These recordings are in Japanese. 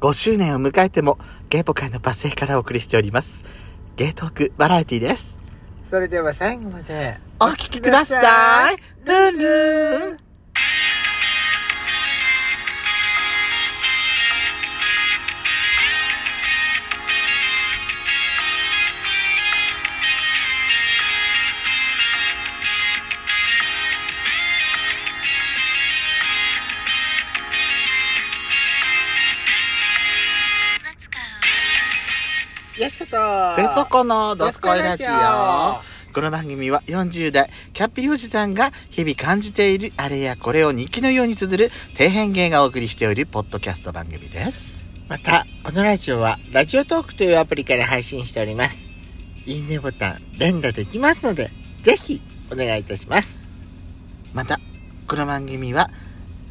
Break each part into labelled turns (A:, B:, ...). A: 5周年を迎えても、ゲイポ会のバスへからお送りしております。ゲートークバラエティです。
B: それでは最後まで
A: お聞きください。ルンルン。
B: よしこと
A: ベソコのドスコイラジ
B: ドスコイラ
A: オ。この番組は40代、キャッピリおじさんが日々感じているあれやこれを日記のように綴る底辺芸がお送りしているポッドキャスト番組です。
B: またこのラジオはラジオトークというアプリから配信しておりますいいねボタン連打できますのでぜひお願いいたします
A: また、この番組は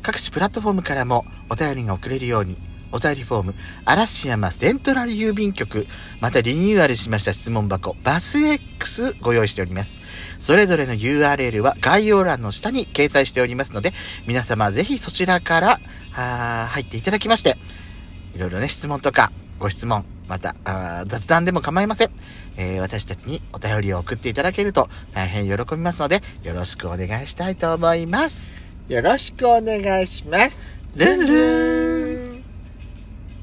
A: 各種プラットフォームからもお便りが送れるように、お便りフォーム、嵐山セントラル郵便局、またリニューアルしました質問箱、バス X ご用意しております。それぞれの URL は概要欄の下に掲載しておりますので、皆様ぜひそちらからあー入っていただきまして、いろいろね、質問とかご質問、またあー雑談でも構いません、えー私たちにお便りを送っていただけると大変喜びますので、よろしくお願いしたいと思います。
B: よろしくお願いします
A: ルンルン
B: ン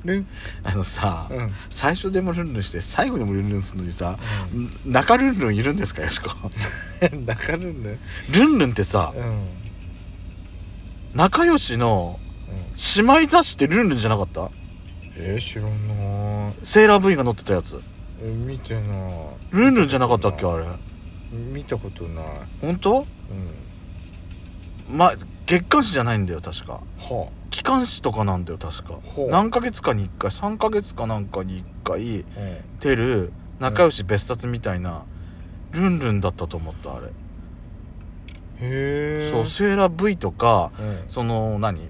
B: ルン
A: あのさ、
B: うん
A: 最初でもルンルンして最後でもルンルンするのにさ、ん中ルンルンいるんですかよしこ
B: だからね
A: ルンルンってさ
B: うんうん
A: 仲良しの姉妹雑誌ってルンルンじゃなかった
B: えー、知らない
A: セーラー V が載ってたやつ
B: えー見てない
A: ルンルンじゃなかったっけあれ
B: 見たことない
A: 本当
B: うん
A: ま月刊誌じゃないんだよ確か
B: は
A: 機関誌とかなんだよ確か
B: ほう
A: 何ヶ月かに1回3ヶ月かなんかに1回
B: あ、うん
A: 出る仲良し別冊みたいな、ルンルンだったと思ったあれ、
B: へえ
A: そうセーラー V とか
B: うん
A: その何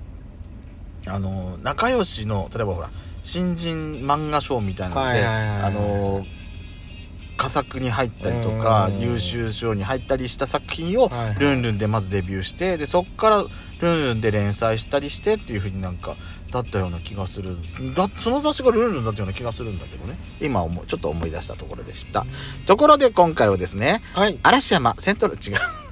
A: あの仲良しの例えばほら新人漫画賞みたいなので、
B: はいはいはいはい
A: あの佳作に入ったりとか
B: うん
A: 優秀賞に入ったりした作品を
B: はいはい
A: ルンルンでまずデビューしてでそっからルンルンで連載したりしてっていうふうになんかだったような気がするだその雑誌がルンルンだったような気がするんだけどね今思いちょっと思い出したところでしたところで今回はですね
B: はい
A: 嵐山セントラ違う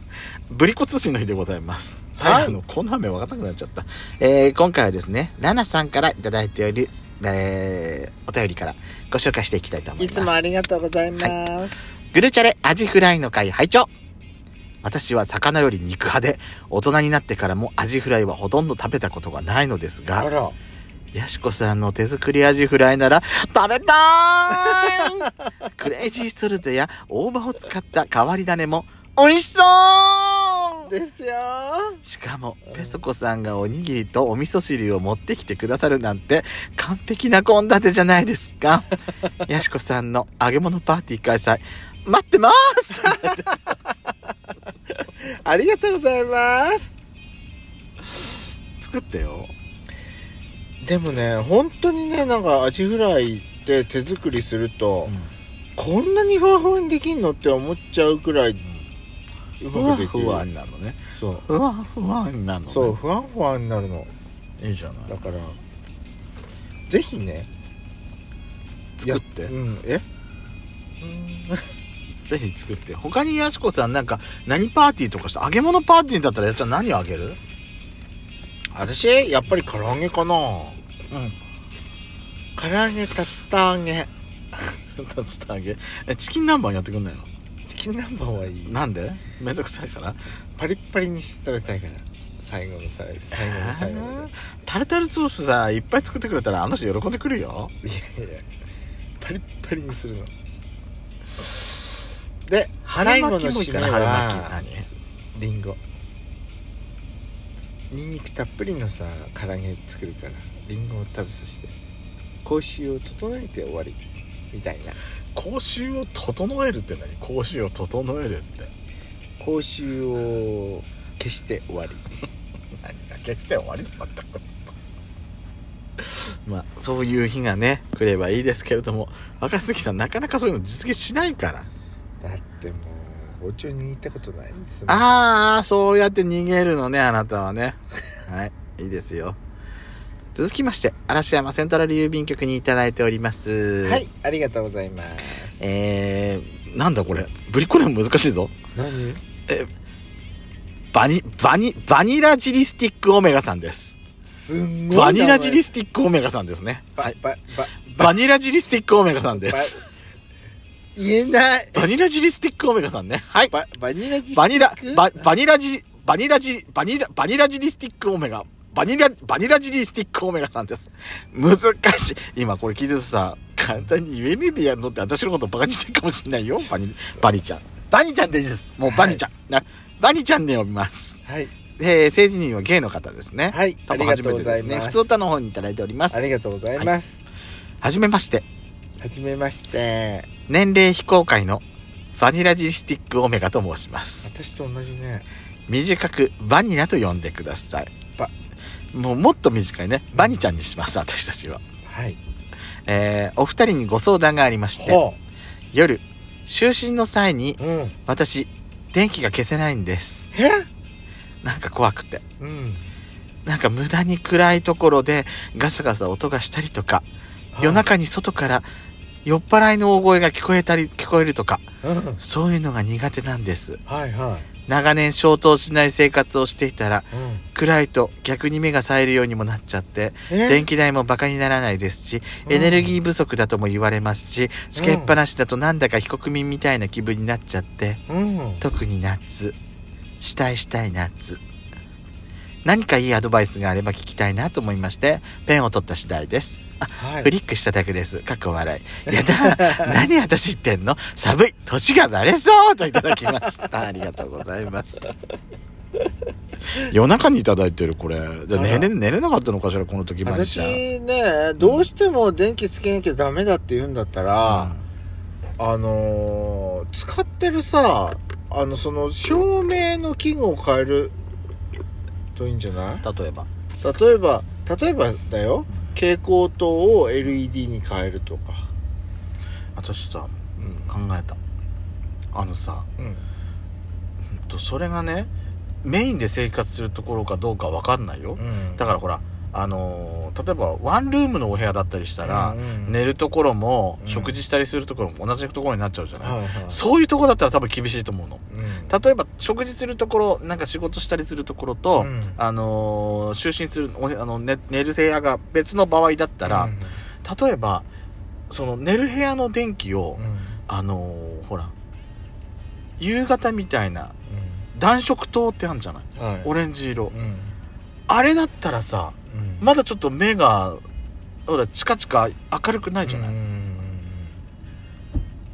A: ぶりこ通信の日でございます
B: はい
A: あのこんな目分かんなくなっちゃった、えー今回はですねラナさんから頂いただいておる、えーお便りからご紹介していきたいと思い
B: い
A: ます
B: つもありがとうございます、
A: グルチャレアジフライの会拝聴私は魚より肉派で大人になってからもアジフライはほとんど食べたことがないのですが
B: あら
A: やしこさんの手作りアジフライなら食べたーい クレイジーソルトや大葉を使った変わり種も美味しそう
B: ですよ
A: しかもペソコさんがおにぎりとお味噌汁を持ってきてくださるなんて完璧な献立じゃないですか やしこさんの揚げ物パーティー開催待ってます
B: ありがとうございます
A: 作ってよ
B: でもね本当にねなんかアジフライって手作りすると、こんなにふわふわにできんのって思っちゃうくらいう
A: ふ
B: ま
A: わ
B: くでき
A: ふ
B: る
A: わなのね
B: そう
A: ふわふわなのね
B: そうふわふわになるの
A: いいじゃな
B: だ
A: い
B: からぜひね
A: 作って
B: やうんえ
A: ぜひ作って他にやしこさんなんか何パーティーとかして揚げ物パーティーだったらやっちゃん何あげ る
B: 私やっぱり唐揚げかな
A: うん
B: 唐揚げ竜田揚げ
A: 竜田揚げえチキン南蛮やってくんないの
B: チキン南蛮はいい
A: なんで めんどくさいから
B: パリッパリにして食べたいから最後の最後最後の最後まで
A: タルタルソースさいっぱい作ってくれたらあの人喜んでくるよ
B: いやいやパリッパリにするので
A: 春
B: 最後
A: 巻
B: の
A: きもいい
B: 締
A: か
B: め
A: な
B: は
A: 春巻き
B: リンゴニンニクたっぷりのさ唐揚げ作るからリンゴを食べさせて口臭を整えて終わりみたいな
A: 口臭を整えるって何口臭を整えるって
B: 口臭を消して終わり
A: 何が決して終わりだったく まあそういう日がね来ればいいですけれども若杉さんなかなかそういうの実現しないから
B: だってもう包丁握ったことないんですもん
A: ああそうやって逃げるのねあなたはねはいいいですよ続きまして、嵐山セントラル郵便局にいただいております。
B: は。いありがとうございます
A: えー、なんだこれ。ブリコレン難しいぞ。
B: 何
A: バニ、バニ、バニラジリスティックオメガさんです。
B: すんごい
A: バニラジリ
B: ス
A: スティックオメガさんですね。
B: バ
A: はい。
B: ババ
A: バニラジリスティックオメガさんです。
B: 言えない
A: バニラジリスティックオメガさんね。はい。
B: ババニラジ
A: バニラ、バ、
B: バ
A: バニラジ、バニラジ、バニラ、バニラジリスティックオメガ。バニラ、バニラジリスティックオメガさんです。難しい。今これ聞いててさ、簡単に言えねえでやるのって私のことバカにしてるかもしれない よ。バニ、バニちゃん。バニちゃんでいいです。もうバニちゃん。なバニちゃんで呼びます。
B: はい
A: えー、政治人はゲイの方ですね。
B: はい
A: 多分初めてですね。
B: ありがとうございます
A: 普通歌の方にいただいております
B: あ。りがとうございます
A: はじめまして。
B: はじめまして
A: 年齢非公開のバニラジリスティックオメガと申します。
B: 私と同じね
A: 短くバニラと呼んでください。
B: バ
A: もうもっと短いね。
B: うん
A: バニちゃんにします、私たちは。
B: はい
A: えー、お二人にご相談がありまして、
B: ほ
A: 夜、就寝の際に
B: ううん
A: 私、電気が消せないんです。
B: え
A: なんか怖くて。
B: うん
A: なんか無駄に暗いところでガサガサ音がしたりとか、夜中に外から酔っ払いの大声が聞こえたり、聞こえるとか、
B: うん
A: そういうのが苦手なんです。
B: はいは
A: 長年消灯しない生活をしていたら、
B: いうん
A: 暗いと逆に目が冴えるようにもなっちゃって、
B: え
A: 電気代もバカにならないですし、
B: うん
A: エネルギー不足だとも言われますし、つけっぱなしだとなんだか非国民みたいな気分になっちゃって、
B: うん
A: 特に夏。したいしたい夏。何かいいアドバイスがあれば聞きたいなと思いまして、ペンを取った次第です。
B: は
A: クリックしただけです。かっこ笑い。やだ、 何私言ってんの寒い、年がバレそうといただきました。ありがとうございます。夜中にいただいてるこれ。じゃあ
B: あら
A: 寝れ、寝れなかったのかしら、この時まで
B: 私
A: じゃん。
B: ねどうしても電気つけなきゃダメだって言うんだったら、あのー使ってるさあのその照明の器具を変えるといいんじゃない
A: 例えば。
B: 例えば例えばだよ蛍光灯を LED に変えるとか
A: 私さ、考えた。あのさ、
B: うん
A: うんとそれがね、メインで生活するところかどうかわかんないよ。
B: うん
A: だからほら、あのー例えばワンルームのお部屋だったりしたら、
B: うんうん
A: 寝るところも、
B: うん
A: 食事したりするところも同じところになっちゃうじゃない、
B: はいはい
A: そういうところだったら多分厳しいと思うの。
B: うん
A: 例えば食事するところなんか仕事したりするところと、
B: うん
A: あのー就寝するおあの、ね、寝る部屋が別の場合だったら、
B: うん
A: 例えばその寝る部屋の電気を、
B: うんうん
A: あのーほら夕方みたいな暖色灯ってあるんじゃない
B: はい
A: オレンジ色
B: うんうん
A: あれだったらさまだちょっと目がほらチカチカ明るくないじゃない、
B: うん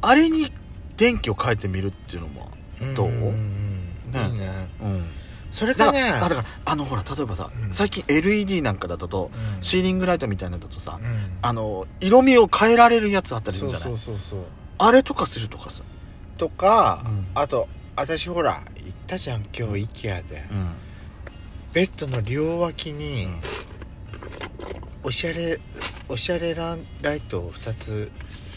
A: あれに電気を変えてみるっていうのも、
B: うんうん
A: どうんね
B: いいね
A: うん、
B: それ
A: だ
B: か
A: から
B: ね
A: あだからあのほら例えばさ、
B: うん
A: 最近 LED なんかだと
B: うん
A: シーリングライトみたいなのだとさ、
B: うん
A: あの色味を変えられるやつあったりするん
B: そう
A: じゃない
B: そうそうそう
A: あれとかするとかさ、
B: とか、
A: うん
B: あと私ほら行ったじゃん今日 IKEA で、
A: うん
B: ベッドの両脇に、おしゃれおしゃれランライトを2つ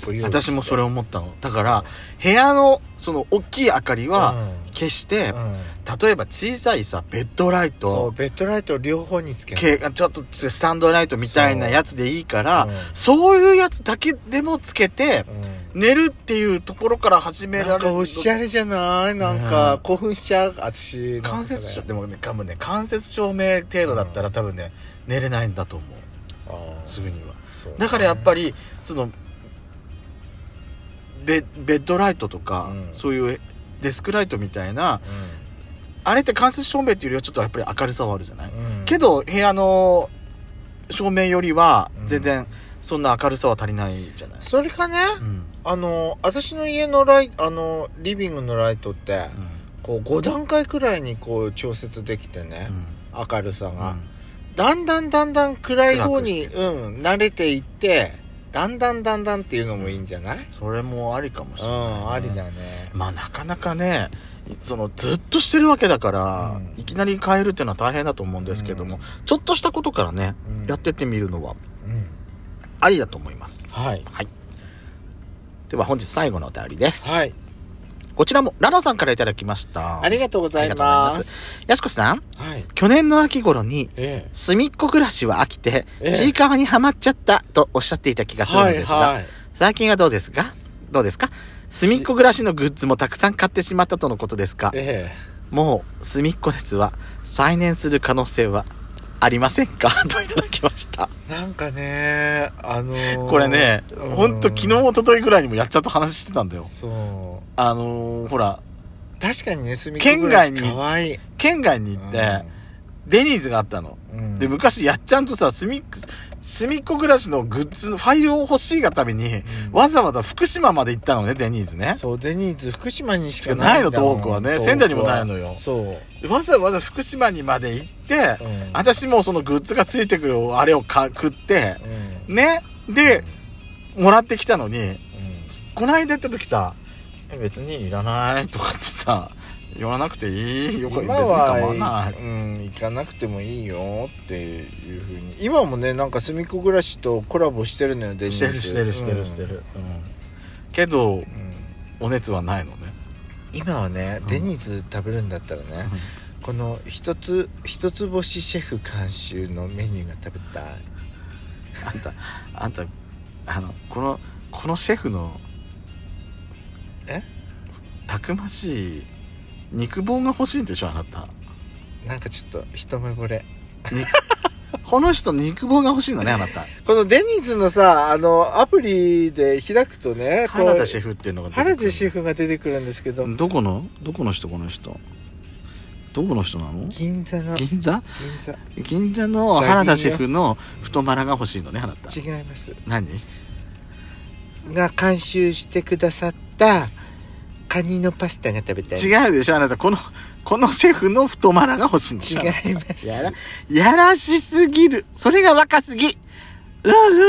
B: ご用意して
A: 私もそれ思ったのだから部屋のその大きい明かりは
B: う
A: 消して、
B: んうん
A: 例えば小さいさベッドライ
B: そ
A: ト
B: うベッドライトを両方につける
A: けちょっとスタンドライトみたいなやつでいいから
B: うん
A: そう,、いうやつだけでもつけて
B: うん
A: 寝るっていうところから始められ
B: な
A: る
B: んかおしゃれじゃないなん
A: ね
B: か興奮しちゃう私
A: 関節症
B: 症
A: でもね多分ね関節照明程度だったら多分ね寝れないんだと思うすぐにはだからやっぱ
B: り
A: りそのベベッドライトとか、
B: うん
A: そういうデスクライトみたいなあれって間接照明っていうよりはちょっとやっぱり明るさはあるじゃない、けど部屋の照明よりは
B: うん
A: 全然そんな明るさは足りないじゃない、
B: それかね
A: うん
B: あの私の家のライあのリビングのライトってこう5段階くらいにこう調節できてね
A: う、ん
B: 明るさが、
A: うん
B: だんだんだんだん暗い方に
A: 暗くし
B: うん慣れていってだんだんだんだんっていうのもいいんじゃない
A: それもありかもし
B: う
A: れないね、
B: んありだね
A: まあなかなかねそのずっとしてるわけだから、
B: うん
A: いきなり変えるっていうのは大変だと思うんですけども、ちょっとしたことからね、
B: うん
A: やってってみるのは
B: うん
A: ありだと思います
B: はい
A: では本日最後のお便りです
B: はい
A: こちらもララさんからいただきました。
B: ありがとうございます。
A: やしこさん、
B: はい。
A: 去年の秋頃に、
B: ええ。
A: 隅っこ暮らしは飽きて
B: ええ、
A: ちいかわにはまっちゃったとおっしゃっていた気がするんですが、
B: はいはい
A: 最近はどうですかどうですか隅っこ暮らしのグッズもたくさん買ってしまったとのことですか
B: え
A: もう隅っこ熱は再燃する可能性はありませんか といただきました。
B: え。なんかね、あのー
A: これね、ほんと昨日、
B: うん
A: 一昨日ぐらいにもやっちゃんと話してたんだよ。
B: そう。
A: あのー、ほら、
B: 確かにね、すみ
A: 県外に
B: 可愛い。
A: 県外に行って、デニーズがあったの。
B: うん、
A: で、昔やっちゃんとさ、隅っこ、隅っこ暮らしのグッズ、ファイルを欲しいがために、
B: うん
A: わざわざ福島まで行ったのね、デニーズね。
B: そう、デニーズ、福島にしかんだ
A: ないの
B: もん
A: 東北はね仙台にもないのよ
B: そう。
A: わざわざ福島にまで行って、
B: うん
A: 私もそのグッズがついてくるあれをか食って、
B: うん
A: ね。で、もらってきたのに、
B: うん
A: こないだ行った時さ、え別にいらないとかってさ、言わなくていいよ、別に
B: 今
A: 構わ
B: は
A: ない。
B: うん行かなくてもいいよっていうふうに今もねなんかすみっこ暮らしとコラボしてるのよデニー
A: し
B: ズ
A: てるしてるしてるしてる。うんけど、
B: うんうん
A: お熱はないのね。
B: 今はねデニーズ食べるんだったらね、この一つ一つ星シェフ監修のメニューが食べたい
A: あんた、あんた、あの、この、このシェフの、
B: え
A: たくましい肉棒が欲しいんでしょ、あなた。
B: なんかちょっと一目惚れ
A: この人、肉棒が欲しいのね、あなた。
B: このデニーズのさあのアプリで開くとねこう
A: 原田シェフっていうのが出てくる
B: 原田シェフが出てくるんですけど、
A: どこのどこの人この人どこの人なの
B: 銀座の銀
A: 銀座
B: 座
A: 銀座の
B: ザ
A: 原田シェフの太まらが欲しいのねあなた
B: 違います
A: 何
B: が監修してくださったカニのパスタが食べたい
A: 違うでしょあなたこのこのシェフの太まらが欲しいんでしょ
B: 違います
A: やらやらしすぎるそれが若すぎルンルン